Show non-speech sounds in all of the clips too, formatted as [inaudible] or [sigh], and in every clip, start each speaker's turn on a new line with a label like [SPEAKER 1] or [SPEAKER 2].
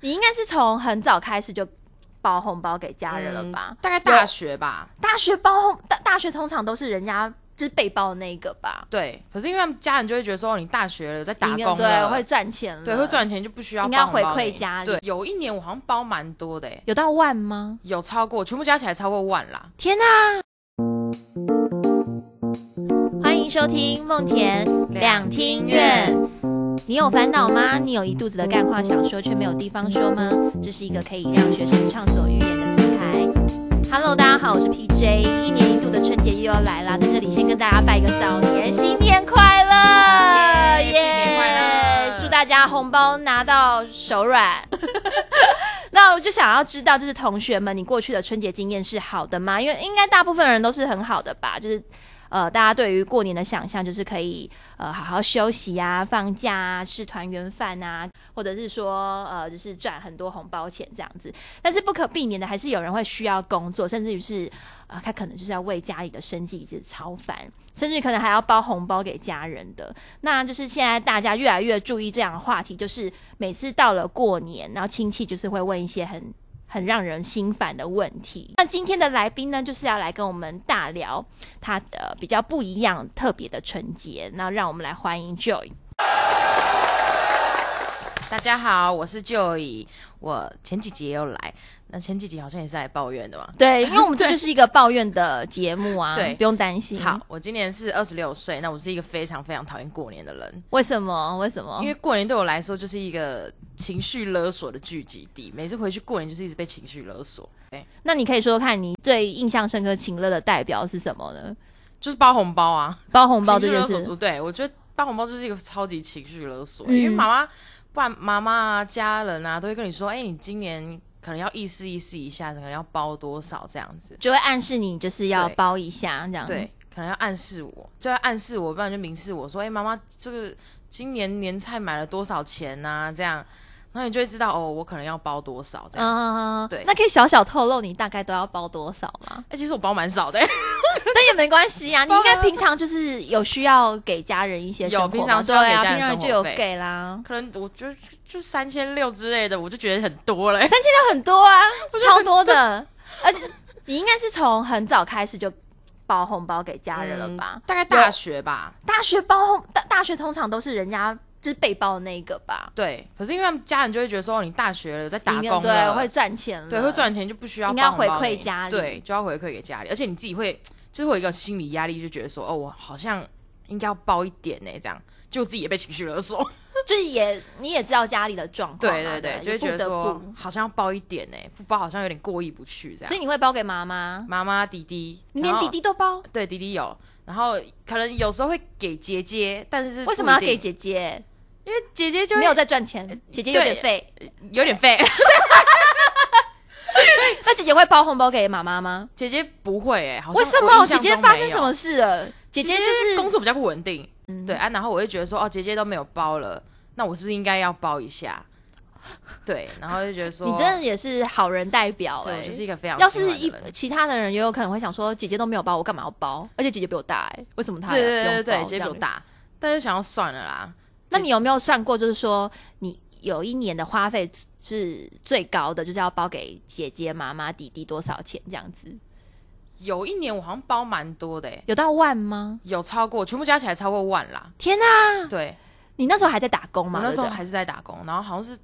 [SPEAKER 1] 你应该是从很早开始就包红包给家人了吧？
[SPEAKER 2] 嗯大概大学吧。
[SPEAKER 1] 大学包红大大学通常都是人家就是被包的那一个吧，
[SPEAKER 2] 对，可是因为他们家人就会觉得说，哦你大学了，在打
[SPEAKER 1] 里
[SPEAKER 2] 工
[SPEAKER 1] 面
[SPEAKER 2] 了，
[SPEAKER 1] 对会赚钱了，
[SPEAKER 2] 对会赚钱就不需要
[SPEAKER 1] 应该
[SPEAKER 2] 包红包
[SPEAKER 1] 回馈
[SPEAKER 2] 给你
[SPEAKER 1] 家里
[SPEAKER 2] 对，有一年我好像包蛮多的、欸，
[SPEAKER 1] 有到万吗？
[SPEAKER 2] 有超过，全部加起来超过万啦。
[SPEAKER 1] 天哪、欢迎收听梦田两厅院。你有烦恼吗？你有一肚子的干话想说却没有地方说吗？这是一个可以让学生畅所欲言的平台。Hello，大家好，我是 PJ。一年一度的春节又要来啦，在这里先跟大家拜个早年，新年快乐！
[SPEAKER 2] 耶新年快乐
[SPEAKER 1] 祝大家红包拿到手软。 [laughs] 那我就想要知道，就是同学们，你过去的春节经验是好的吗？因为应该大部分人都是很好的吧，就是呃，大家对于过年的想象就是可以呃好好休息啊、放假啊、吃团圆饭啊，或者是说呃就是赚很多红包钱这样子。但是不可避免的，还是有人会需要工作，甚至于是啊、呃他可能就是要为家里的生计一直操烦，甚至于可能还要包红包给家人的。那就是现在大家越来越注意这样的话题，就是每次到了过年，然后亲戚就是会问一些很很让人心烦的问题。那今天的来宾呢，就是要来跟我们大聊他的比较不一样、特别的春节。那让我们来欢迎 Joy。
[SPEAKER 2] 大家好，我是 Joy，我前几集也有来，那前几集好像也是来抱怨的嘛。
[SPEAKER 1] 对，因为我们这就是一个抱怨的节目 [laughs] 啊，
[SPEAKER 2] 对
[SPEAKER 1] 不用担心。
[SPEAKER 2] 好，，我今年是二十六岁，那我是一个非常非常讨厌过年的人，
[SPEAKER 1] 为什么？为什么？
[SPEAKER 2] 因为过年对我来说就是一个情绪勒索的聚集地，每次回去过年就是一直被情绪勒索，对，
[SPEAKER 1] 那你可以说说看你最印象深刻、情乐的代表是什么呢？
[SPEAKER 2] 就是包红包啊，
[SPEAKER 1] 包红包这
[SPEAKER 2] 情
[SPEAKER 1] 件
[SPEAKER 2] 绪勒索
[SPEAKER 1] 事，
[SPEAKER 2] 族，对我觉得包红包就是一个超级情绪勒索，
[SPEAKER 1] 嗯
[SPEAKER 2] 因为妈妈，不然妈妈啊、家人啊都会跟你说，哎、你今年可能要意思意思一下，可能要包多少这样子，
[SPEAKER 1] 就会暗示你就是要
[SPEAKER 2] 对
[SPEAKER 1] 包一下这样。
[SPEAKER 2] 对，，可能要暗示我，就要暗示我，不然就明示我说，哎、妈妈，这个今年年菜买了多少钱呐、这样，然后你就会知道，哦，我可能要包多少这样。
[SPEAKER 1] 嗯，
[SPEAKER 2] 对
[SPEAKER 1] 那可以小小透露你大概都要包多少
[SPEAKER 2] [laughs]
[SPEAKER 1] 吗？
[SPEAKER 2] 哎、其实我包蛮少的、
[SPEAKER 1] 但也没关系啊，你
[SPEAKER 2] 包
[SPEAKER 1] 应
[SPEAKER 2] 了
[SPEAKER 1] 该平常就是有需要给家人一些
[SPEAKER 2] 有
[SPEAKER 1] 生活嘛
[SPEAKER 2] 平常需
[SPEAKER 1] 对
[SPEAKER 2] 要给
[SPEAKER 1] 啊，
[SPEAKER 2] 家人
[SPEAKER 1] 平常
[SPEAKER 2] 生活
[SPEAKER 1] 就有
[SPEAKER 2] 费
[SPEAKER 1] 给啦，
[SPEAKER 2] 可能我就就三千六之类的，我就觉得很多 [laughs] 了、
[SPEAKER 1] 三千六很多啊，超多的， [laughs] 而且你应该是从很早开始就包红包给家人了吧？
[SPEAKER 2] 嗯大概大学吧。
[SPEAKER 1] 大学包红大大学通常都是人家就是被包的那一个吧，
[SPEAKER 2] 对，可是因为他们家人就会觉得说，哦你大学了，在打
[SPEAKER 1] 里面
[SPEAKER 2] 工
[SPEAKER 1] 对
[SPEAKER 2] 了，
[SPEAKER 1] 会赚钱了，
[SPEAKER 2] 对会。赚钱就不需要
[SPEAKER 1] 应该要
[SPEAKER 2] 包红包
[SPEAKER 1] 回馈
[SPEAKER 2] 给
[SPEAKER 1] 家里
[SPEAKER 2] 对，就要回馈给家里，而且你自己会就是会有一个心理压力，就觉得说，哦，我好哦像应该要包一点呢、这样，就自己也被情绪勒索，
[SPEAKER 1] 就是也你也知道家里的状况嘛，
[SPEAKER 2] 对对对，
[SPEAKER 1] 不
[SPEAKER 2] 就会觉
[SPEAKER 1] 也
[SPEAKER 2] 得说
[SPEAKER 1] 不得
[SPEAKER 2] 好像要包一点呢、不包好像有点过意不去这
[SPEAKER 1] 不
[SPEAKER 2] 样。
[SPEAKER 1] 所以你会包给妈妈，
[SPEAKER 2] 妈妈、弟弟，
[SPEAKER 1] 你连
[SPEAKER 2] 然后
[SPEAKER 1] 弟弟都包，
[SPEAKER 2] 对弟弟有，然后可能有时候会给姐姐，但是
[SPEAKER 1] 为什么要
[SPEAKER 2] 不一
[SPEAKER 1] 给
[SPEAKER 2] 定？
[SPEAKER 1] 姐姐？
[SPEAKER 2] 因为姐姐就
[SPEAKER 1] 没
[SPEAKER 2] 会
[SPEAKER 1] 有在赚钱，姐姐有点废。
[SPEAKER 2] 有点废，
[SPEAKER 1] 那姐姐会包红包给妈妈 [laughs] 吗？
[SPEAKER 2] 姐姐不
[SPEAKER 1] [laughs]
[SPEAKER 2] 会哎、好像
[SPEAKER 1] 为什
[SPEAKER 2] 我
[SPEAKER 1] 么？姐
[SPEAKER 2] 印象
[SPEAKER 1] 姐
[SPEAKER 2] 中
[SPEAKER 1] 发
[SPEAKER 2] 没
[SPEAKER 1] 生
[SPEAKER 2] 有
[SPEAKER 1] 什么事了？姐姐就是
[SPEAKER 2] 工作比较不稳定，
[SPEAKER 1] 嗯
[SPEAKER 2] 对啊，然后我就觉得说，哦，姐姐都没有包了，那我是不是应该要包一下？对，然后就觉得说，
[SPEAKER 1] 你真的也是好人代表
[SPEAKER 2] 对
[SPEAKER 1] 哎、
[SPEAKER 2] 我就是一个非常
[SPEAKER 1] 要
[SPEAKER 2] 心
[SPEAKER 1] 是
[SPEAKER 2] 软的
[SPEAKER 1] 一
[SPEAKER 2] 人
[SPEAKER 1] 其他的人，也有可能会想说，姐姐都没有包，我干嘛要包？而且姐姐比我大哎、为什么她
[SPEAKER 2] 对对对对
[SPEAKER 1] 不用
[SPEAKER 2] 对，
[SPEAKER 1] 包
[SPEAKER 2] 姐姐比我。
[SPEAKER 1] 这样
[SPEAKER 2] 大，但是想要算了啦，
[SPEAKER 1] 那你有没有算过，就是说你有一年的花费是最高的，就是要包给姐姐、妈妈、弟弟多少钱这样子？
[SPEAKER 2] 有一年我好像包蛮多的、欸，
[SPEAKER 1] 有到万吗？
[SPEAKER 2] 有超过全部加起来超过万啦。
[SPEAKER 1] 天哪、
[SPEAKER 2] 对，
[SPEAKER 1] 你那时候还在打工吗？
[SPEAKER 2] 我那时候
[SPEAKER 1] 对不对
[SPEAKER 2] 还是在打工，然后好像是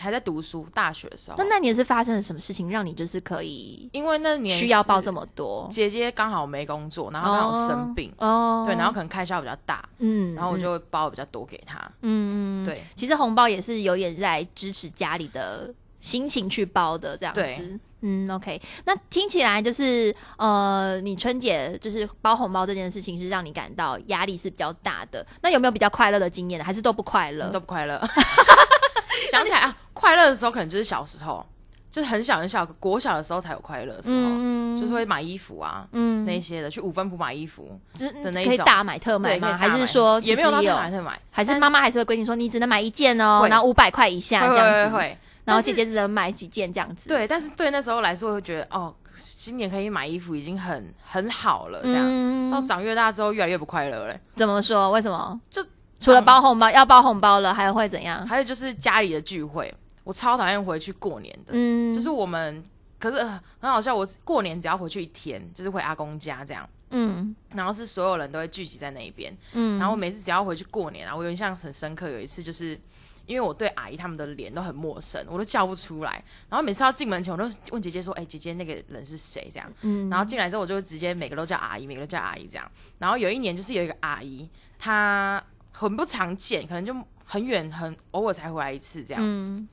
[SPEAKER 2] 还在读书，大学的时候
[SPEAKER 1] 那，那年是发生了什么事情，让你就是可以
[SPEAKER 2] 因为那年
[SPEAKER 1] 需要包
[SPEAKER 2] 是
[SPEAKER 1] 这么多？
[SPEAKER 2] 姐姐刚好没工作，然后刚好生病，
[SPEAKER 1] 哦，
[SPEAKER 2] 对，然后可能开销比较大，
[SPEAKER 1] 嗯，
[SPEAKER 2] 然后我就会包比较多给她，
[SPEAKER 1] 嗯嗯，嗯。
[SPEAKER 2] 对。
[SPEAKER 1] 其实红包也是有点在支持家里的心情去包的这样子
[SPEAKER 2] 对。
[SPEAKER 1] 嗯，OK，那听起来就是呃，你春节就是包红包这件事情是让你感到压力是比较大的。那有没有比较快乐的经验呢？还是都不快乐？
[SPEAKER 2] 都不
[SPEAKER 1] [laughs]
[SPEAKER 2] 快乐。想起来啊，快乐的时候可能就是小时候，就是很小很小，国小的时候才有快乐的时候，
[SPEAKER 1] 嗯
[SPEAKER 2] 就是会买衣服啊。
[SPEAKER 1] 嗯，
[SPEAKER 2] 那些的去五分铺买衣服，
[SPEAKER 1] 就是
[SPEAKER 2] 的那一
[SPEAKER 1] 可以
[SPEAKER 2] 种
[SPEAKER 1] 大买特买
[SPEAKER 2] 对，可以
[SPEAKER 1] 吗？
[SPEAKER 2] 大
[SPEAKER 1] 还
[SPEAKER 2] 买
[SPEAKER 1] 是说
[SPEAKER 2] 也没有
[SPEAKER 1] 其
[SPEAKER 2] 到
[SPEAKER 1] 实
[SPEAKER 2] 特买特买，
[SPEAKER 1] 还是妈妈还是会规定说你只能买一件哦，
[SPEAKER 2] 会
[SPEAKER 1] 然后五百块以下
[SPEAKER 2] 会
[SPEAKER 1] 这样
[SPEAKER 2] 会会
[SPEAKER 1] 子，
[SPEAKER 2] 会，
[SPEAKER 1] 然后
[SPEAKER 2] 但
[SPEAKER 1] 姐
[SPEAKER 2] 是
[SPEAKER 1] 姐只能买几件这样子。
[SPEAKER 2] 对，但是对那时候来说，会觉得哦，今年可以买衣服已经很很好了，这样。
[SPEAKER 1] 嗯
[SPEAKER 2] 到长越大之后，越来越不快乐了。
[SPEAKER 1] 怎么说？为什么？
[SPEAKER 2] 就
[SPEAKER 1] 除了包红包要包红包了，还会怎样？
[SPEAKER 2] 还有就是家里的聚会，我超讨厌回去过年的，
[SPEAKER 1] 嗯，
[SPEAKER 2] 就是我们可是、呃很好笑，我过年只要回去一天，就是回阿公家这样，
[SPEAKER 1] 嗯
[SPEAKER 2] 然后是所有人都会聚集在那一边，
[SPEAKER 1] 嗯，
[SPEAKER 2] 然后我每次只要回去过年啊，我有印象很深刻，有一次就是。因为我对阿姨他们的脸都很陌生，我都叫不出来。然后每次要进门前，我都问姐姐说：“哎、姐姐，那个人是谁？”这样。
[SPEAKER 1] 嗯
[SPEAKER 2] 然后进来之后，我就直接每个都叫阿姨，每个都叫阿姨这样。然后有一年就是有一个阿姨，她很不常见，可能就很远，很偶尔才回来一次这样。
[SPEAKER 1] 嗯，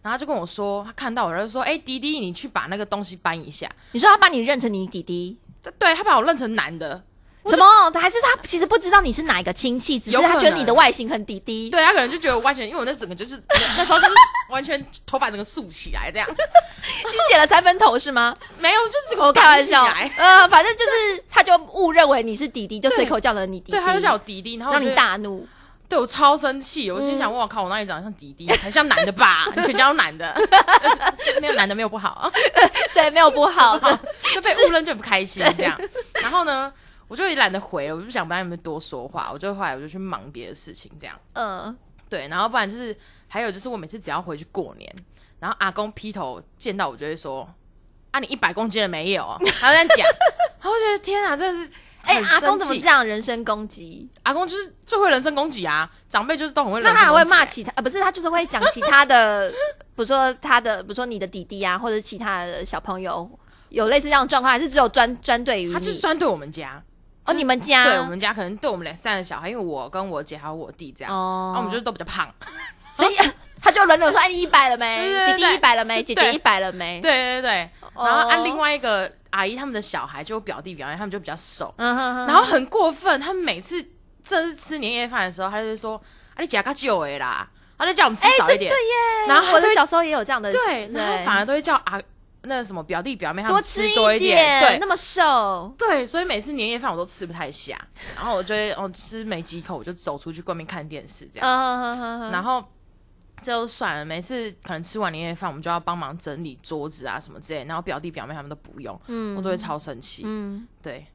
[SPEAKER 2] 然后她就跟我说，她看到我，她就说：“哎、迪迪，你去把那个东西搬一下。
[SPEAKER 1] 你说他把你认成你弟弟，
[SPEAKER 2] 她”对，她把我认成男的，
[SPEAKER 1] 什么？还是他其实不知道你是哪一个亲戚，只是
[SPEAKER 2] 有
[SPEAKER 1] 他
[SPEAKER 2] 可
[SPEAKER 1] 觉得你
[SPEAKER 2] 能
[SPEAKER 1] 的外形很弟
[SPEAKER 2] [laughs]
[SPEAKER 1] 弟。，
[SPEAKER 2] 对她可能就觉得我完全，因为我那整个就是那时候就是完全头发整个竖起来这样，
[SPEAKER 1] 你剪了三分头是吗？
[SPEAKER 2] 没有，就是
[SPEAKER 1] 我开玩笑
[SPEAKER 2] 绑起来，
[SPEAKER 1] 呃， [laughs] 反正就是他就误认为你是弟弟，就随口叫了你弟弟，
[SPEAKER 2] 对，她就叫我迪迪，然后我
[SPEAKER 1] 让
[SPEAKER 2] 就
[SPEAKER 1] 你大嗯怒。
[SPEAKER 2] 对我超生气，我心想：我靠，我哪里长得像迪迪？很像男的吧？你全家都
[SPEAKER 1] [laughs]
[SPEAKER 2] 男的， [laughs] 没有男的没有不好，
[SPEAKER 1] 对，没有不
[SPEAKER 2] [laughs]
[SPEAKER 1] 好的，
[SPEAKER 2] 就被误认就很不开心这样。然后呢，我就也懒得回了，我就不想帮你们多说话，我就后来我就去忙别的事情这样。
[SPEAKER 1] 嗯，
[SPEAKER 2] 对，然后不然就是还有就是我每次只要回去过年，然后阿公劈头见到我就会说：“啊，你一百公斤了没有？”哦他就这样讲，然后我觉得天啊，真的是。
[SPEAKER 1] 哎、
[SPEAKER 2] 很
[SPEAKER 1] 阿公
[SPEAKER 2] 生
[SPEAKER 1] 怎么
[SPEAKER 2] 气
[SPEAKER 1] 这样人身攻击？
[SPEAKER 2] 阿公就是最会人身攻击啊！长辈就是都很会人
[SPEAKER 1] 那
[SPEAKER 2] 身攻
[SPEAKER 1] 他
[SPEAKER 2] 击。
[SPEAKER 1] 还会骂其他，呃，不是，他就是会讲其他的， [laughs] 比如说他的，比如说你的弟弟啊，或者其他的小朋友有类似这样的状况，还是只有专专对于你？
[SPEAKER 2] 他就是专对我们家。
[SPEAKER 1] 哦，你们家
[SPEAKER 2] 对我们家可能对我们俩三个小孩，因为我跟我姐还有我弟这样，
[SPEAKER 1] 哦
[SPEAKER 2] 然，啊后我们就是都比较胖。
[SPEAKER 1] 所以 [laughs] 他就轮流说，哎，你一百了没？
[SPEAKER 2] 对对对
[SPEAKER 1] 弟弟一百了没？姐姐
[SPEAKER 2] 对
[SPEAKER 1] 一百了没？
[SPEAKER 2] 对对对，
[SPEAKER 1] 哦
[SPEAKER 2] 然后按另外一个阿姨他们的小孩，就我表弟表妹他们就比较瘦，
[SPEAKER 1] 嗯哼哼，
[SPEAKER 2] 然后很过分，他们每次正是吃年夜饭的时候，他就会说：“啊，你夹个久哎啦！”他就叫我们吃少一点，
[SPEAKER 1] 耶
[SPEAKER 2] 然后他
[SPEAKER 1] 哎我的
[SPEAKER 2] 就会
[SPEAKER 1] 小时候也有这样的，
[SPEAKER 2] 对，然后反而都会叫啊那个什么表弟表妹他
[SPEAKER 1] 多
[SPEAKER 2] 们
[SPEAKER 1] 吃
[SPEAKER 2] 多
[SPEAKER 1] 一
[SPEAKER 2] 一点，对
[SPEAKER 1] 那么瘦，
[SPEAKER 2] 对，所以每次年夜饭我都吃不太下，然后我就会哦吃没几口我就走出去外面看电视这样。
[SPEAKER 1] 嗯哼哼哼，
[SPEAKER 2] 然后这就算了，每次可能吃完年夜饭，我们就要帮忙整理桌子啊什么之类，然后表弟表妹他们都不用，
[SPEAKER 1] 嗯
[SPEAKER 2] 我都会超生气。
[SPEAKER 1] 嗯。
[SPEAKER 2] 对，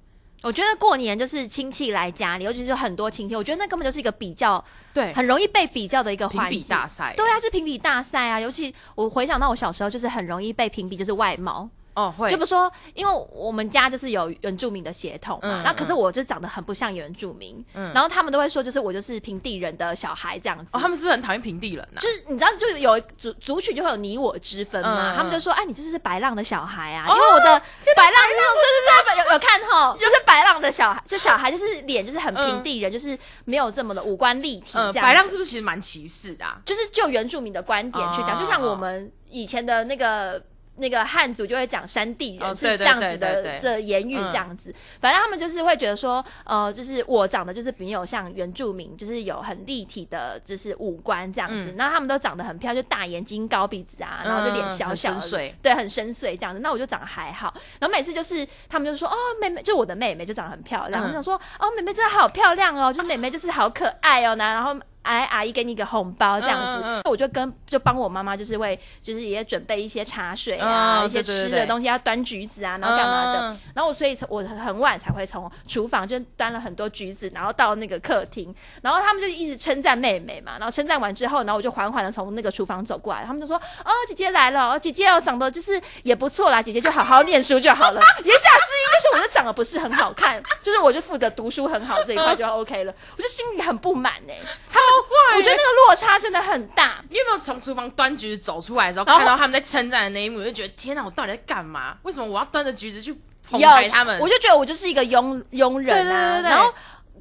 [SPEAKER 1] 我觉得过年就是亲戚来家里，尤其是很多亲戚，我觉得那根本就是一个比较，
[SPEAKER 2] 对，
[SPEAKER 1] 很容易被比较的一个
[SPEAKER 2] 评
[SPEAKER 1] 环
[SPEAKER 2] 比
[SPEAKER 1] 境。
[SPEAKER 2] 大赛，
[SPEAKER 1] 对啊，就评比大赛啊，尤其我回想到我小时候，就是很容易被评比，就是外貌。
[SPEAKER 2] 哦会
[SPEAKER 1] 就，不说，因为我们家就是有原住民的血统嘛，
[SPEAKER 2] 嗯
[SPEAKER 1] 那可是我就长得很不像原住民，
[SPEAKER 2] 嗯
[SPEAKER 1] 然后他们都会说，就是我就是平地人的小孩这样子。
[SPEAKER 2] 哦他们是不是很讨厌平地人呐、啊
[SPEAKER 1] 就是你知道，就有一族族群就会有你我之分嘛，
[SPEAKER 2] 嗯嗯
[SPEAKER 1] 他们就说，哎，你这就是白浪的小孩啊，因为我的白浪，对对对，有有嗯看吼，就是白浪的小孩，就小孩就是脸就是很平地人，就是没有这么的五官立体这样
[SPEAKER 2] 嗯，
[SPEAKER 1] 子。
[SPEAKER 2] 白浪是不是其实蛮歧视的、啊？
[SPEAKER 1] 就是就原住民的观点去讲，
[SPEAKER 2] 哦
[SPEAKER 1] 就像我们以前的那个。那个汉族就会讲山地人、
[SPEAKER 2] 哦
[SPEAKER 1] 是
[SPEAKER 2] 对对
[SPEAKER 1] 这样子
[SPEAKER 2] 对
[SPEAKER 1] 的
[SPEAKER 2] 对对嗯
[SPEAKER 1] 的言语这样子，反正他们就是会觉得说，呃，就是我长得就是没有像原住民，就是有很立体的，就是五官这样子。
[SPEAKER 2] 嗯
[SPEAKER 1] 那、他们都长得很漂亮，就大眼睛、高鼻子啊，然后就脸小小的，
[SPEAKER 2] 嗯很深邃
[SPEAKER 1] 对，很深邃这样子。那我就长得还好，然后每次就是他们就说，哦，妹妹，就我的妹妹就长得很漂亮，
[SPEAKER 2] 嗯
[SPEAKER 1] 我想说，哦，妹妹真的好漂亮哦，就妹妹就是好可爱哦，然后哎阿姨给你一个红包这样子，
[SPEAKER 2] 嗯嗯
[SPEAKER 1] 我就跟就帮我妈妈就是会就是也准备一些茶水啊，
[SPEAKER 2] 哦
[SPEAKER 1] 一些
[SPEAKER 2] 对对
[SPEAKER 1] 吃
[SPEAKER 2] 对
[SPEAKER 1] 的
[SPEAKER 2] 对
[SPEAKER 1] 东西，要端橘子啊，然后干嘛的，
[SPEAKER 2] 嗯
[SPEAKER 1] 然后我所以我很晚才会从厨房就端了很多橘子，然后到那个客厅，然后他们就一直称赞妹妹嘛，然后称赞完之后，然后我就缓缓的从那个厨房走过来，他们就说：“哦，姐姐来了，哦，姐姐哦，长得就是也不错啦，姐姐就好好念书就好了。”言下之意就是我就长得不是很好
[SPEAKER 2] [laughs]
[SPEAKER 1] 看，就是我就负责读书很好这一块就 OK 了，我就心里很不满哎、超坏我觉得那个落差真的很大。
[SPEAKER 2] 你有没有从厨房端橘子走出来的时候，
[SPEAKER 1] 然后
[SPEAKER 2] 看到他们在称赞的那一幕，就觉得天哪，我到底在干嘛？为什么我要端着橘子去哄
[SPEAKER 1] 要
[SPEAKER 2] 抬他们？
[SPEAKER 1] 我就觉得我就是一个庸庸人啊。
[SPEAKER 2] 对对对对
[SPEAKER 1] 然后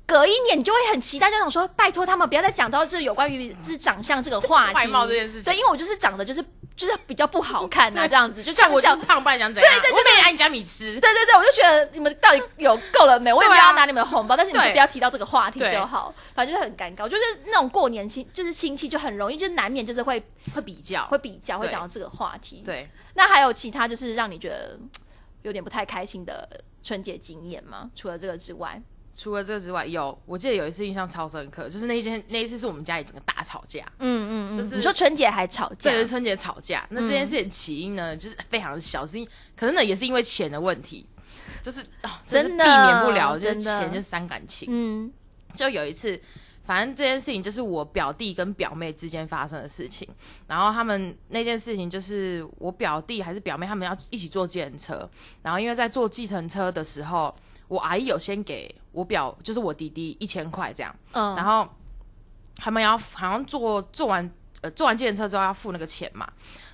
[SPEAKER 1] 隔一年，你就会很期待那种说，拜托他们不要再讲到这有关于这长相这个话题、
[SPEAKER 2] 外貌这件事情
[SPEAKER 1] 对，因为我就是长得就是就是比较不好看啊，这样子，就
[SPEAKER 2] 像我
[SPEAKER 1] 这
[SPEAKER 2] 这
[SPEAKER 1] 样
[SPEAKER 2] 样。胖，不然想怎样？
[SPEAKER 1] 对对对
[SPEAKER 2] 我每天按你家米吃。
[SPEAKER 1] 对对对，我就觉得你们到底有够了没？我也不
[SPEAKER 2] 对啊
[SPEAKER 1] 要拿你们的红包，但是你们
[SPEAKER 2] 对
[SPEAKER 1] 就不要提到这个话题
[SPEAKER 2] 对
[SPEAKER 1] 就好。反正就是很尴尬，我就是那种过年亲，就是亲戚就很容易，就是难免就是会
[SPEAKER 2] 会比较，
[SPEAKER 1] 会比较，会
[SPEAKER 2] 对
[SPEAKER 1] 讲到这个话题。，
[SPEAKER 2] 哦对，
[SPEAKER 1] 那还有其他就是让你觉得嗯有点不太开心的春节经验吗？除了这个之外，
[SPEAKER 2] 除了这个之外，有我记得有一次印象超深刻，就是那一天那一次是我们家里整个大吵架，
[SPEAKER 1] 嗯嗯，嗯，
[SPEAKER 2] 就是
[SPEAKER 1] 你说春节还吵架，
[SPEAKER 2] 对，就是春节吵架。那这
[SPEAKER 1] 嗯
[SPEAKER 2] 件事情起因呢，就是非常的小，是因可能呢也是因为钱的问题，就是、哦、
[SPEAKER 1] 真的
[SPEAKER 2] 的避免不了，就是
[SPEAKER 1] 真的
[SPEAKER 2] 钱就伤感情。
[SPEAKER 1] 嗯
[SPEAKER 2] 就有一次，反正这件事情就是我表弟跟表妹之间发生的事情。然后他们那件事情就是我表弟还是表妹，他们要一起坐计程车。然后因为在坐计程车的时候，我阿姨有先给我表，就是我弟弟一千块这样。
[SPEAKER 1] 嗯，
[SPEAKER 2] 然后他们要好像坐坐完呃坐完计程车之后要付那个钱嘛，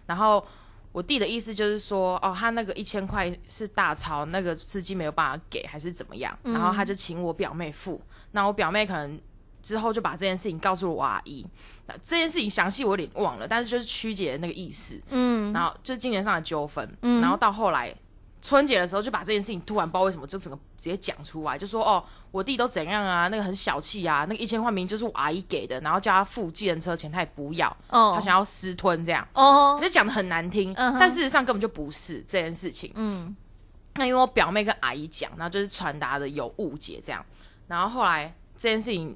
[SPEAKER 2] 然后我弟的意思就是说，哦，他那个一千块是大钞，那个司机没有办法给还是怎么样，然后他就请我表妹付，那我表妹可能。之后就把这件事情告诉了我阿姨，那这件事情详细我有点忘了，但是就是曲解那个意思，
[SPEAKER 1] 嗯，
[SPEAKER 2] 然后就是金钱上的纠纷，然后到后来春节的时候就把这件事情突然不知道为什么就整个直接讲出来，就说哦，我弟都怎样啊，那个很小气啊，那个一千块明明就是我阿姨给的，然后叫他付计程车钱，他也不要，
[SPEAKER 1] 哦，
[SPEAKER 2] 他想要私吞这样，
[SPEAKER 1] 哦，
[SPEAKER 2] 就讲的很难听，
[SPEAKER 1] 嗯哼
[SPEAKER 2] 但事实上根本就不是这件事情。
[SPEAKER 1] 嗯，
[SPEAKER 2] 那因为我表妹跟阿姨讲，然后就是传达的有误解这样，然后后来这件事情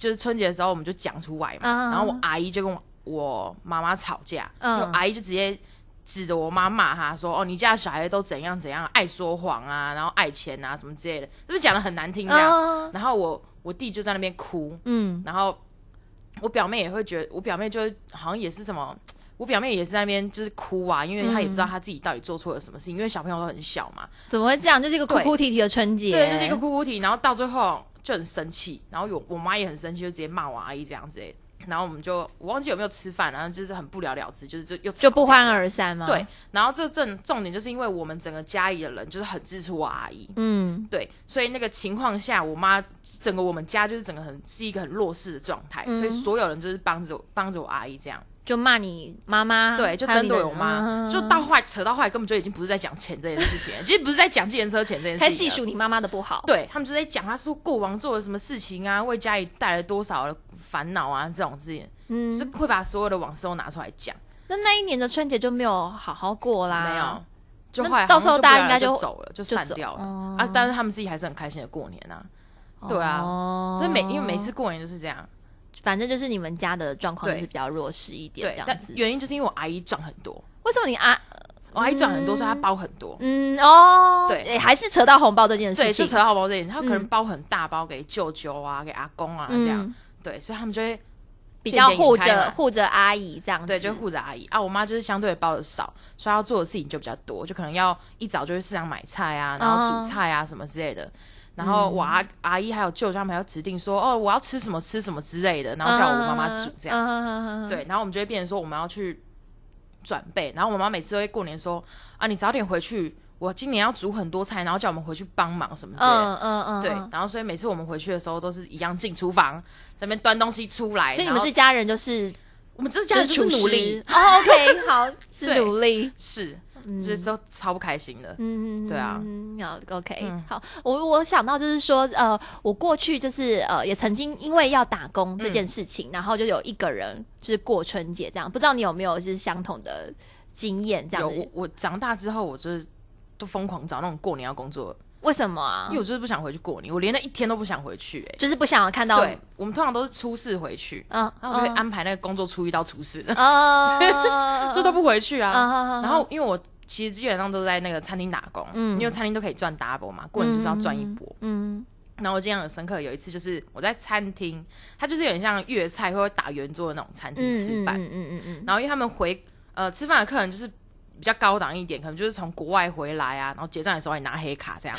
[SPEAKER 2] 就是春节的时候我们就讲出来嘛，
[SPEAKER 1] 嗯
[SPEAKER 2] 然后我阿姨就跟我我妈妈吵架，
[SPEAKER 1] 嗯
[SPEAKER 2] 我阿姨就直接指着我妈骂她说：“哦，你家的小孩都怎样怎样，爱说谎啊，然后爱钱啊什么之类的，就是讲的很难听这样。
[SPEAKER 1] 哦，
[SPEAKER 2] 然后我我弟就在那边哭，
[SPEAKER 1] 嗯，
[SPEAKER 2] 然后我表妹也会觉得，我表妹就会好像也是什么，我表妹也是在那边就是哭啊，因为她也
[SPEAKER 1] 嗯
[SPEAKER 2] 不知道她自己到底做错了什么事情，因为小朋友都很小嘛，
[SPEAKER 1] 怎么会这样？就是一个哭
[SPEAKER 2] 对
[SPEAKER 1] 哭啼啼的春节，
[SPEAKER 2] 对，就是一个哭哭啼，然后到最后就很生气，然后有我妈也很生气，就直接骂我阿姨这样子、欸，然后我们就我忘记有没有吃饭，然后就是很不了了之，就是就又
[SPEAKER 1] 就不欢
[SPEAKER 2] 而。
[SPEAKER 1] 而嗯散吗？
[SPEAKER 2] 对，，然后这正重点就是因为我们整个家里的人就是很支持我阿姨，
[SPEAKER 1] 嗯
[SPEAKER 2] 对，所以那个情况下，我妈整个我们家就是整个很是一个很弱势的状
[SPEAKER 1] 嗯
[SPEAKER 2] 态，所以所有人就是帮着我帮着我阿姨这样，
[SPEAKER 1] 就骂你妈妈，
[SPEAKER 2] 对，就
[SPEAKER 1] 嗯还有
[SPEAKER 2] 针
[SPEAKER 1] 你的
[SPEAKER 2] 对我妈，
[SPEAKER 1] 嗯
[SPEAKER 2] 就到后来扯到后来根本就已经不是在讲钱这件事情了，就是不是在讲计程车钱这件事情，
[SPEAKER 1] 开始细。数你妈妈的不好，
[SPEAKER 2] 对他们就在讲，他说过往做了什么事情啊，为家里带来多少的烦恼啊，这种事情，
[SPEAKER 1] 嗯
[SPEAKER 2] 就是会把所有的往事都拿出来讲，
[SPEAKER 1] 那那一年的春节就没有好好过啦，
[SPEAKER 2] 没有，就
[SPEAKER 1] 啊那
[SPEAKER 2] 后来
[SPEAKER 1] 到
[SPEAKER 2] 好像
[SPEAKER 1] 时候
[SPEAKER 2] 就
[SPEAKER 1] 大家
[SPEAKER 2] 不了
[SPEAKER 1] 应该
[SPEAKER 2] 了就
[SPEAKER 1] 就
[SPEAKER 2] 走了，就
[SPEAKER 1] 就
[SPEAKER 2] 散
[SPEAKER 1] 走
[SPEAKER 2] 掉了
[SPEAKER 1] 哦
[SPEAKER 2] 啊。但是他们自己还是很开心的过年啊，对啊
[SPEAKER 1] 哦
[SPEAKER 2] 所以每因为每次过年就是这样，
[SPEAKER 1] 反正就是你们家的状况
[SPEAKER 2] 对
[SPEAKER 1] 就是比较弱势一点
[SPEAKER 2] 对
[SPEAKER 1] 这，样
[SPEAKER 2] 但
[SPEAKER 1] 子。
[SPEAKER 2] 原因就是因为我阿姨赚很多，
[SPEAKER 1] 为什么你啊？
[SPEAKER 2] 我阿姨赚很多，所以她包很多，
[SPEAKER 1] 嗯哦，
[SPEAKER 2] 对
[SPEAKER 1] 诶还是扯到红包这件
[SPEAKER 2] 对，
[SPEAKER 1] 事
[SPEAKER 2] 就
[SPEAKER 1] 情，
[SPEAKER 2] 扯到红包这里，她可能包很大包给舅舅啊，给阿公啊这样，
[SPEAKER 1] 嗯
[SPEAKER 2] 对，所以他们就会
[SPEAKER 1] 比较
[SPEAKER 2] 渐渐
[SPEAKER 1] 护
[SPEAKER 2] 引开
[SPEAKER 1] 着
[SPEAKER 2] 嘛
[SPEAKER 1] 护着阿姨这样子，
[SPEAKER 2] 对，就会护着阿姨啊。我妈就是相对包的少，所以她要做的事情就比较多，就可能要一早就去市场买菜啊，然
[SPEAKER 1] 哦
[SPEAKER 2] 后煮菜啊什么之类的。然后我
[SPEAKER 1] 嗯
[SPEAKER 2] 阿阿姨还有舅舅他们还要指定说，哦，我要吃什么吃什么之类的，然后叫我妈妈
[SPEAKER 1] 嗯
[SPEAKER 2] 煮这样。
[SPEAKER 1] 样，
[SPEAKER 2] 对，然后我们就会变成说我们要去转备，然后我妈每次都会过年说啊，你早点回去，我今年要煮很多菜，然后叫我们回去帮忙什么之类的。
[SPEAKER 1] 嗯嗯嗯，
[SPEAKER 2] 对，然后所以每次我们回去的时候都是一样进厨房，在那边端东西出来。
[SPEAKER 1] 所以你
[SPEAKER 2] 然
[SPEAKER 1] 们
[SPEAKER 2] 后
[SPEAKER 1] 这家人就是
[SPEAKER 2] 我们这家人
[SPEAKER 1] 就
[SPEAKER 2] 就是
[SPEAKER 1] 厨
[SPEAKER 2] 努
[SPEAKER 1] 师
[SPEAKER 2] 力，
[SPEAKER 1] 哦，OK，好，是
[SPEAKER 2] 对
[SPEAKER 1] 努力，
[SPEAKER 2] 是，就是都超不开心的。
[SPEAKER 1] 嗯，
[SPEAKER 2] 对啊
[SPEAKER 1] 嗯，好，OK，、
[SPEAKER 2] 嗯
[SPEAKER 1] 好，我我想到就是说，呃，我过去就是呃，也曾经因为要打工这件事情，然后就有一个人就是过春节这样，不知道你有没有就是相同的经验这
[SPEAKER 2] 有
[SPEAKER 1] 样
[SPEAKER 2] 我
[SPEAKER 1] 子？
[SPEAKER 2] 我长大之后，我就是都疯狂找那种过年要工作的，
[SPEAKER 1] 为什么啊
[SPEAKER 2] 因为？我就是不想回去过年，我连那一天都不想回去、欸。
[SPEAKER 1] 就是不想要看到，
[SPEAKER 2] 对，我们通常都是初四回去，
[SPEAKER 1] 嗯，
[SPEAKER 2] 然后我就会安排那个工作初一到初四。 [laughs]
[SPEAKER 1] 啊，
[SPEAKER 2] 这都不回去啊。
[SPEAKER 1] 啊
[SPEAKER 2] 然后因为我其实基本上都在那个餐厅打工，
[SPEAKER 1] 嗯
[SPEAKER 2] 因为餐厅都可以赚 double 嘛，过年就是要赚一波。
[SPEAKER 1] 嗯，
[SPEAKER 2] 然后我印象很深刻，有一次就是我在餐厅，它就是有点像粤菜或者打圆桌的那种餐厅
[SPEAKER 1] 嗯
[SPEAKER 2] 吃饭，
[SPEAKER 1] 嗯嗯嗯
[SPEAKER 2] 然后因为他们回呃吃饭的客人就是。比较高档一点，可能就是从国外回来啊，然后结账的时候还拿黑卡
[SPEAKER 1] [laughs]
[SPEAKER 2] 这样，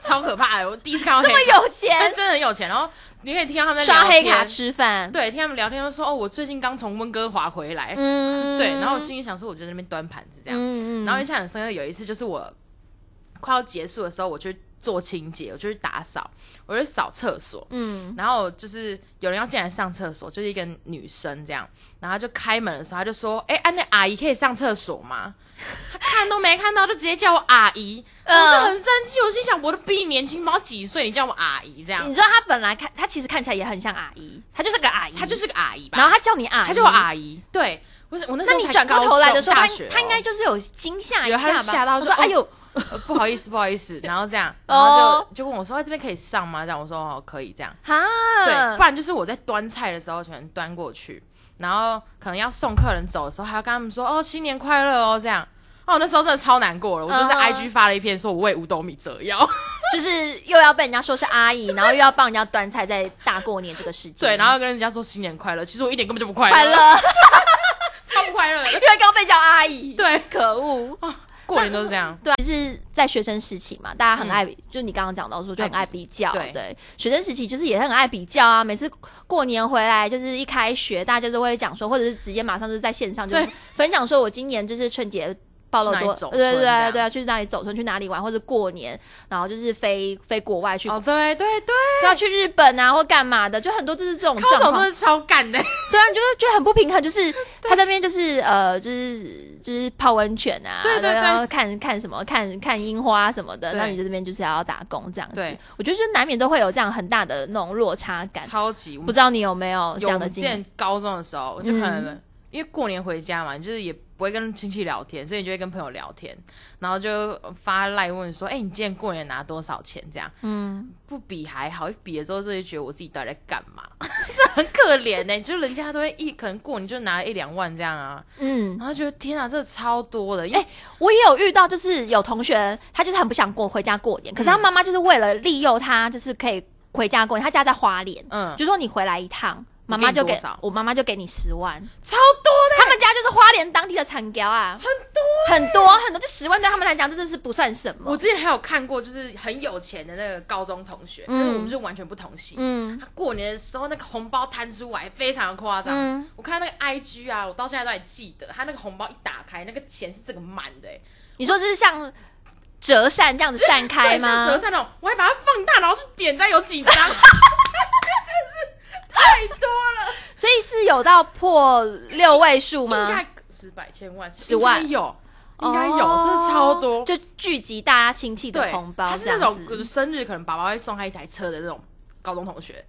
[SPEAKER 2] 超可怕的。我第一次看到黑卡，
[SPEAKER 1] 嗯，有钱
[SPEAKER 2] [laughs] 真的很有钱。然后你可以听到他们在
[SPEAKER 1] 刷
[SPEAKER 2] 聊
[SPEAKER 1] 黑
[SPEAKER 2] 天
[SPEAKER 1] 卡，吃饭，
[SPEAKER 2] 对，听他们聊天就说哦，我最近刚从温哥华回来，
[SPEAKER 1] 嗯，
[SPEAKER 2] 对。然后我心里想说，我就在那边端盘子这样，
[SPEAKER 1] 嗯嗯，
[SPEAKER 2] 然后印象很深刻，有一次就是我快要结束的时候，我去做清洁，我就去打扫，我就扫厕所。
[SPEAKER 1] 嗯
[SPEAKER 2] 然后就是有人要进来上厕所，就是一个女生这样，然后她就开门的时候，她就说：“哎、啊，那阿姨可以上厕所吗？” [laughs] 她看都没看到，就直接叫我阿姨，
[SPEAKER 1] 嗯
[SPEAKER 2] 我就很生气。我心想，我都比你年轻，毛几岁，你叫我阿姨这样
[SPEAKER 1] 你，知道她本来看，她其实看起来也很像阿姨，她就是个阿姨，
[SPEAKER 2] 她就是个阿姨吧？
[SPEAKER 1] 然后他叫你阿姨，
[SPEAKER 2] 她叫我阿姨，对，我是我那时
[SPEAKER 1] 那
[SPEAKER 2] 候
[SPEAKER 1] 你
[SPEAKER 2] 才
[SPEAKER 1] 转过
[SPEAKER 2] 高
[SPEAKER 1] 头来的
[SPEAKER 2] 中
[SPEAKER 1] 时候，
[SPEAKER 2] 大
[SPEAKER 1] 他
[SPEAKER 2] 学
[SPEAKER 1] 他应
[SPEAKER 2] 哦
[SPEAKER 1] 该就是有惊吓一
[SPEAKER 2] 有
[SPEAKER 1] 下
[SPEAKER 2] 他
[SPEAKER 1] 吧？
[SPEAKER 2] 就吓到
[SPEAKER 1] 我
[SPEAKER 2] 说
[SPEAKER 1] 说：“
[SPEAKER 2] 哦
[SPEAKER 1] 哎呦，
[SPEAKER 2] 呃不好意思，不好意思，然后这样，然后
[SPEAKER 1] 哦
[SPEAKER 2] 就就问我说，哎，这边可以上吗？这样我说哦，可以这样。
[SPEAKER 1] 哈，嗯
[SPEAKER 2] 对，不，然就是我在端菜的时候，可能端过去，然后可能要送客人走的时候，还要跟他们说哦，新年快乐哦，这样。哦，那时候真的超难过了，我就是
[SPEAKER 1] 嗯哼
[SPEAKER 2] IG 发了一篇，说我为五斗米折腰，
[SPEAKER 1] 就是又要被人家说是阿姨，然后又要帮人家端菜，在大过年这个时间，
[SPEAKER 2] 对，然后跟人家说新年快乐，其实我一点根本就不快乐，
[SPEAKER 1] 嗯快
[SPEAKER 2] [laughs]
[SPEAKER 1] 乐，
[SPEAKER 2] 超不快乐的。
[SPEAKER 1] 因为刚被叫阿姨，
[SPEAKER 2] 对，
[SPEAKER 1] 可恶。
[SPEAKER 2] 过年都是
[SPEAKER 1] [laughs]
[SPEAKER 2] 这样，
[SPEAKER 1] 对，其实，在学生时期嘛，大家很爱，就你刚刚讲到说，就很爱比较。
[SPEAKER 2] 嗯对
[SPEAKER 1] 对，学生时期就是也很爱比较啊。每次过年回来，就是一开学，大家就会讲说，或者是直接马上就是在线上就
[SPEAKER 2] 对
[SPEAKER 1] 分享说，我今年就是春节报了
[SPEAKER 2] 去哪里
[SPEAKER 1] 多，
[SPEAKER 2] 走
[SPEAKER 1] 对对
[SPEAKER 2] 村这
[SPEAKER 1] 对
[SPEAKER 2] 样
[SPEAKER 1] 对啊，去哪里走村，去哪里玩，或者过年，然后就是飞飞国外去，
[SPEAKER 2] 哦，对对对，
[SPEAKER 1] 要、去日本啊，或干嘛的，就很多就是这种
[SPEAKER 2] 高
[SPEAKER 1] 状
[SPEAKER 2] 手
[SPEAKER 1] 况
[SPEAKER 2] 真。的超干的，
[SPEAKER 1] 对
[SPEAKER 2] [laughs]
[SPEAKER 1] 啊，你就会觉得很不平衡，就是他那边就是呃，就是就是泡温泉啊，
[SPEAKER 2] 对对对
[SPEAKER 1] 然后看看什么，看看樱花什么的，
[SPEAKER 2] 对
[SPEAKER 1] 那你在这边就是要打工这样子。
[SPEAKER 2] 对，
[SPEAKER 1] 我觉得就是难免都会有这样很大的那种落差感，
[SPEAKER 2] 超级
[SPEAKER 1] 不知道你有没有这
[SPEAKER 2] 有
[SPEAKER 1] 样
[SPEAKER 2] 我
[SPEAKER 1] 的
[SPEAKER 2] 们之
[SPEAKER 1] 经验？
[SPEAKER 2] 前高中的时候，就可能、因为过年回家嘛，就是也不会跟亲戚聊天，所以你就会跟朋友聊天，然后就发赖问说：“哎、你今年过年拿多少钱？”这样，嗯，不比还好，一比了之后，就会觉得我自己到底在干嘛， [laughs] 这很可怜呢、就人家都会一可能过年就拿一两万这样啊，
[SPEAKER 1] 嗯，
[SPEAKER 2] 然后觉得天啊，这超多的，因为、
[SPEAKER 1] 我也有遇到，就是有同学他就是很不想过回家过
[SPEAKER 2] 嗯
[SPEAKER 1] 年，可是他妈妈就是为了利诱他，就是可以回家过年，他家在花莲，
[SPEAKER 2] 嗯
[SPEAKER 1] 就说你回来一趟。妈妈
[SPEAKER 2] 我给
[SPEAKER 1] 就
[SPEAKER 2] 你
[SPEAKER 1] 给
[SPEAKER 2] 多少
[SPEAKER 1] 我妈妈就给你十万，
[SPEAKER 2] 超多
[SPEAKER 1] 他们家就是花莲当地的产雕啊，很多很多很多，就十万对他们来讲，这真是不算什
[SPEAKER 2] 欸的。我
[SPEAKER 1] 么。
[SPEAKER 2] 之前还有看过，就是很有钱的那个高中同学，
[SPEAKER 1] 嗯
[SPEAKER 2] 就是我们就完全不同系，
[SPEAKER 1] 嗯
[SPEAKER 2] 他过年的时候那个红包摊出来非常的夸张，
[SPEAKER 1] 嗯
[SPEAKER 2] 我看那个 IG 啊，我到现在都还记得，他那个红包一打开，那个钱是整个满的、欸，
[SPEAKER 1] 你说这是像折扇这样子散开
[SPEAKER 2] 对像折
[SPEAKER 1] 吗？
[SPEAKER 2] 扇那种，我还把它放大，然后去点赞有几
[SPEAKER 1] [laughs]
[SPEAKER 2] 张，真的是太多了，
[SPEAKER 1] 所以是有到破六位数吗？
[SPEAKER 2] 应该十百千万
[SPEAKER 1] 十万
[SPEAKER 2] 应该有，应该有，
[SPEAKER 1] 哦
[SPEAKER 2] 真的超多。
[SPEAKER 1] 就聚集大家亲戚的
[SPEAKER 2] 对，
[SPEAKER 1] 红包
[SPEAKER 2] 他
[SPEAKER 1] 这
[SPEAKER 2] 是
[SPEAKER 1] 样
[SPEAKER 2] 那
[SPEAKER 1] 子，
[SPEAKER 2] 种就是生日可能爸爸会送他一台车的那种高中同学，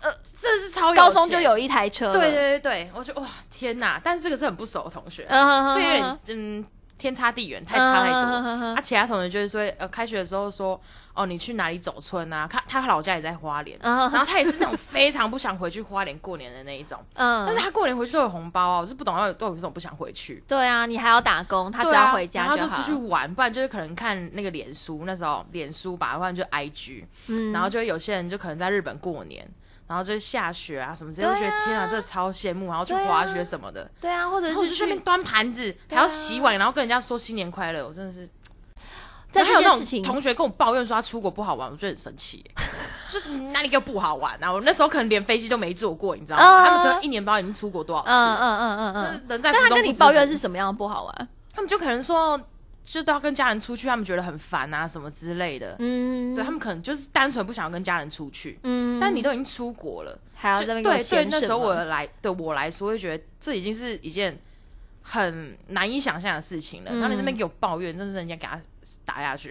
[SPEAKER 2] 呃，这是超有
[SPEAKER 1] 高中就
[SPEAKER 2] 钱。
[SPEAKER 1] 有一台车了，
[SPEAKER 2] 对对对对，我觉得哇天哪！但是这个是很不熟的同学，
[SPEAKER 1] 嗯哼哼
[SPEAKER 2] 这有
[SPEAKER 1] 哼
[SPEAKER 2] 点嗯天差地远，太差太多。
[SPEAKER 1] 嗯哼哼哼
[SPEAKER 2] 啊，其他同学就是说，呃，开学的时候说，哦，你去哪里走村啊？他他老家也在花莲，
[SPEAKER 1] 嗯哼哼
[SPEAKER 2] 然后他也是那种非常不想回去花莲过年的那一种，但是
[SPEAKER 1] 嗯，
[SPEAKER 2] 他过年回去都有红包啊，我是不懂要都有这种不想回去。
[SPEAKER 1] 对啊，你还要打工，他只
[SPEAKER 2] 对啊
[SPEAKER 1] 要回家
[SPEAKER 2] 然后
[SPEAKER 1] 就
[SPEAKER 2] 就
[SPEAKER 1] 好
[SPEAKER 2] 出去玩，不然就是可能看那个脸书，那时候脸书吧，不然就 IG，、
[SPEAKER 1] 嗯
[SPEAKER 2] 然后就会有些人就可能在日本过年，然后就是下雪啊什么之类，
[SPEAKER 1] 对
[SPEAKER 2] 就
[SPEAKER 1] 啊
[SPEAKER 2] 觉得天啊，这超羡慕，然后去
[SPEAKER 1] 对啊
[SPEAKER 2] 滑雪什么的，
[SPEAKER 1] 对啊，或者
[SPEAKER 2] 然后我
[SPEAKER 1] 是
[SPEAKER 2] 就去那边
[SPEAKER 1] 去
[SPEAKER 2] 端盘子，还
[SPEAKER 1] 啊
[SPEAKER 2] 要洗碗，然后跟人家说新年快乐，我真的是。
[SPEAKER 1] 在
[SPEAKER 2] 然
[SPEAKER 1] 这
[SPEAKER 2] 后还有
[SPEAKER 1] 件
[SPEAKER 2] 那
[SPEAKER 1] 事
[SPEAKER 2] 种
[SPEAKER 1] 情，
[SPEAKER 2] 同学跟我抱怨说他出国不好玩，我就很生气耶，就是你哪里给我不好玩啊？我那时候可能连飞机都没坐过，你知道吗？
[SPEAKER 1] 啊
[SPEAKER 2] 他们就一年不知道已经出国多少次，
[SPEAKER 1] 嗯嗯嗯嗯嗯，
[SPEAKER 2] 人在
[SPEAKER 1] 但
[SPEAKER 2] 福
[SPEAKER 1] 他
[SPEAKER 2] 中
[SPEAKER 1] 跟
[SPEAKER 2] 不
[SPEAKER 1] 你
[SPEAKER 2] 知
[SPEAKER 1] 抱怨
[SPEAKER 2] 福
[SPEAKER 1] 是什么样不好玩？
[SPEAKER 2] 他们就可能说，就都要跟家人出去，他们觉得很烦啊，什么之类的。
[SPEAKER 1] 嗯，
[SPEAKER 2] 对他们可能就是单纯不想要跟家人出去，
[SPEAKER 1] 嗯，
[SPEAKER 2] 但你都已经出国了，
[SPEAKER 1] 还要
[SPEAKER 2] 就
[SPEAKER 1] 在那边给我
[SPEAKER 2] 对对，
[SPEAKER 1] 闲
[SPEAKER 2] 那
[SPEAKER 1] 什
[SPEAKER 2] 时候
[SPEAKER 1] 么
[SPEAKER 2] 我来对我来说，会觉得这已经是一件很难以想象的事情了。然后你这
[SPEAKER 1] 嗯
[SPEAKER 2] 边给我抱怨，真的是人家给他打下去。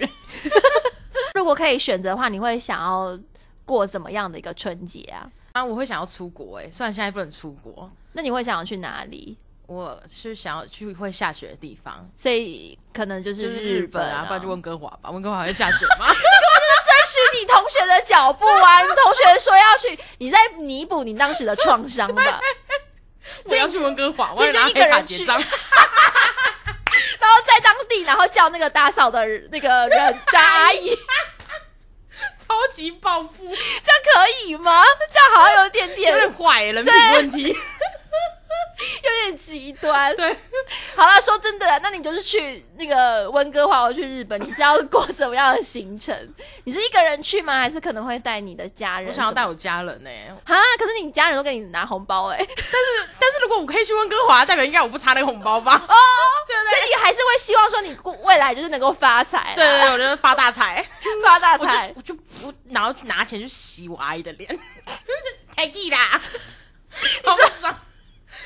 [SPEAKER 2] [laughs]
[SPEAKER 1] 如果可以选择的话，你会想要过怎么样的一个春节啊？
[SPEAKER 2] 啊，我会想要出国哎、欸，虽然现在不能出国，
[SPEAKER 1] 那你会想要去哪里？
[SPEAKER 2] 我是想要去会下雪的地方，
[SPEAKER 1] 所以可能就是
[SPEAKER 2] 就是日
[SPEAKER 1] 本
[SPEAKER 2] 本啊，不然就
[SPEAKER 1] 我
[SPEAKER 2] 温哥华吧。温哥华会下雪吗？
[SPEAKER 1] 跟是你同学的脚步啊！你同学说要去，你在弥补你当时的创伤 [laughs] 吧。
[SPEAKER 2] 我要去温哥华，
[SPEAKER 1] [laughs]
[SPEAKER 2] 我
[SPEAKER 1] 所以
[SPEAKER 2] 要拿
[SPEAKER 1] 就一
[SPEAKER 2] 黑
[SPEAKER 1] 个
[SPEAKER 2] 卡
[SPEAKER 1] 人
[SPEAKER 2] 结
[SPEAKER 1] 去
[SPEAKER 2] 账。 [laughs]
[SPEAKER 1] 然后在当地，然后叫那个打扫的那个人家阿姨，
[SPEAKER 2] 超级暴富，有
[SPEAKER 1] 这样可以吗？这样好像有点点
[SPEAKER 2] 点坏、欸，人品问题。
[SPEAKER 1] 有点极端。
[SPEAKER 2] [laughs] 对，
[SPEAKER 1] 好了，说真的，那你就是去那个温哥华，我去日本，你是要过什么样的行程？你是一个人去吗？还是可能会带你的家人
[SPEAKER 2] [laughs] 我
[SPEAKER 1] 什
[SPEAKER 2] 想
[SPEAKER 1] 么的？
[SPEAKER 2] 要带我家人呢、欸，
[SPEAKER 1] 啊！可是你家人都给你拿红包
[SPEAKER 2] [laughs]
[SPEAKER 1] 哎、
[SPEAKER 2] 但是如果我可以去温哥华，代表应该我不差那个红包吧？
[SPEAKER 1] 哦，对对所以你还是会希望说你过未来就是能够发财啦，
[SPEAKER 2] 对对对，我觉得发大财，
[SPEAKER 1] 发大
[SPEAKER 2] 我就
[SPEAKER 1] 财。
[SPEAKER 2] 我就我然后拿钱去洗我阿姨的脸， [laughs] 太气啦，超不爽。
[SPEAKER 1] [laughs]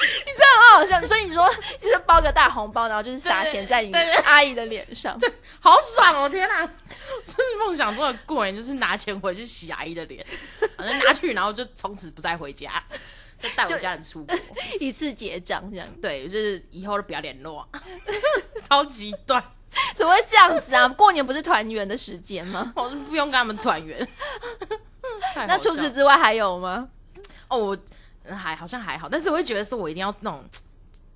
[SPEAKER 1] 你真的很好笑，你说你说就是包个大红包，然后就是撒
[SPEAKER 2] 对
[SPEAKER 1] 钱在你
[SPEAKER 2] 对对
[SPEAKER 1] 阿姨的脸上，
[SPEAKER 2] 对，好爽哦！天哪，这是梦想中的过年，就是拿钱回去洗阿姨的脸，反正拿去，然后就从此不再回家，就 [laughs] 带我家人出国。
[SPEAKER 1] 一次结账这样，
[SPEAKER 2] 对，就是以后都不要联络， [laughs] 超极端，
[SPEAKER 1] 怎么会这样子啊？过年不是团圆的时间吗？
[SPEAKER 2] 我是不用跟他们团 [laughs] 圆。太好
[SPEAKER 1] 那除
[SPEAKER 2] 笑
[SPEAKER 1] 此
[SPEAKER 2] 了
[SPEAKER 1] 之外还有吗？
[SPEAKER 2] 哦，我嗯还好像还好，但是我会觉得说我一定要那种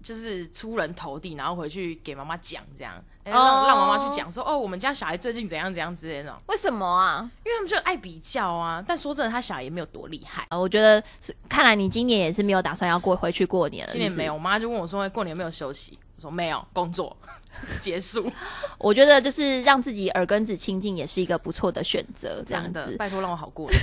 [SPEAKER 2] 就是出人头地，然后回去给妈妈讲这样，哎
[SPEAKER 1] 哦
[SPEAKER 2] 让、让妈妈去讲说哦，我们家小孩最近怎样怎样之类的那种，
[SPEAKER 1] 为什么啊？
[SPEAKER 2] 因为他们就爱比较啊。但说真的，他小孩也没有多厉害。
[SPEAKER 1] 呃我觉得是看来你今年也是没有打算要过回去过年了。
[SPEAKER 2] 今年
[SPEAKER 1] 是不是
[SPEAKER 2] 没有，我妈就问我说哎过年有没有休息，我说没有，工作 [laughs] 结束，
[SPEAKER 1] 我觉得就是让自己耳根子清净也是一个不错的选择，这样
[SPEAKER 2] 真的，
[SPEAKER 1] 子。
[SPEAKER 2] 拜托让我好
[SPEAKER 1] [laughs]
[SPEAKER 2] 过年。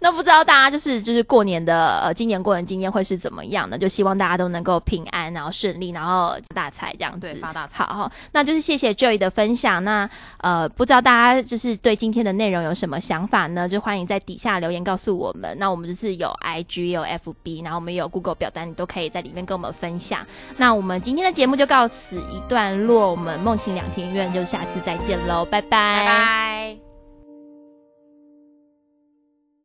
[SPEAKER 1] 那不知道大家就是就是过年的呃，今年过年经验会是怎么样呢？就希望大家都能够平安，然后顺利，然后大财这样子。
[SPEAKER 2] 对发大财
[SPEAKER 1] 好好，那就是谢谢 Joy 的分享。那呃，不知道大家就是对今天的内容有什么想法呢？就欢迎在底下留言告诉我们。那我们就是有 IG 有 FB，然后我们也有 Google 表单，你都可以在里面跟我们分享。那我们今天的节目就告此一段落，我们梦婷两庭院就下次再见喽，拜拜
[SPEAKER 2] 拜拜。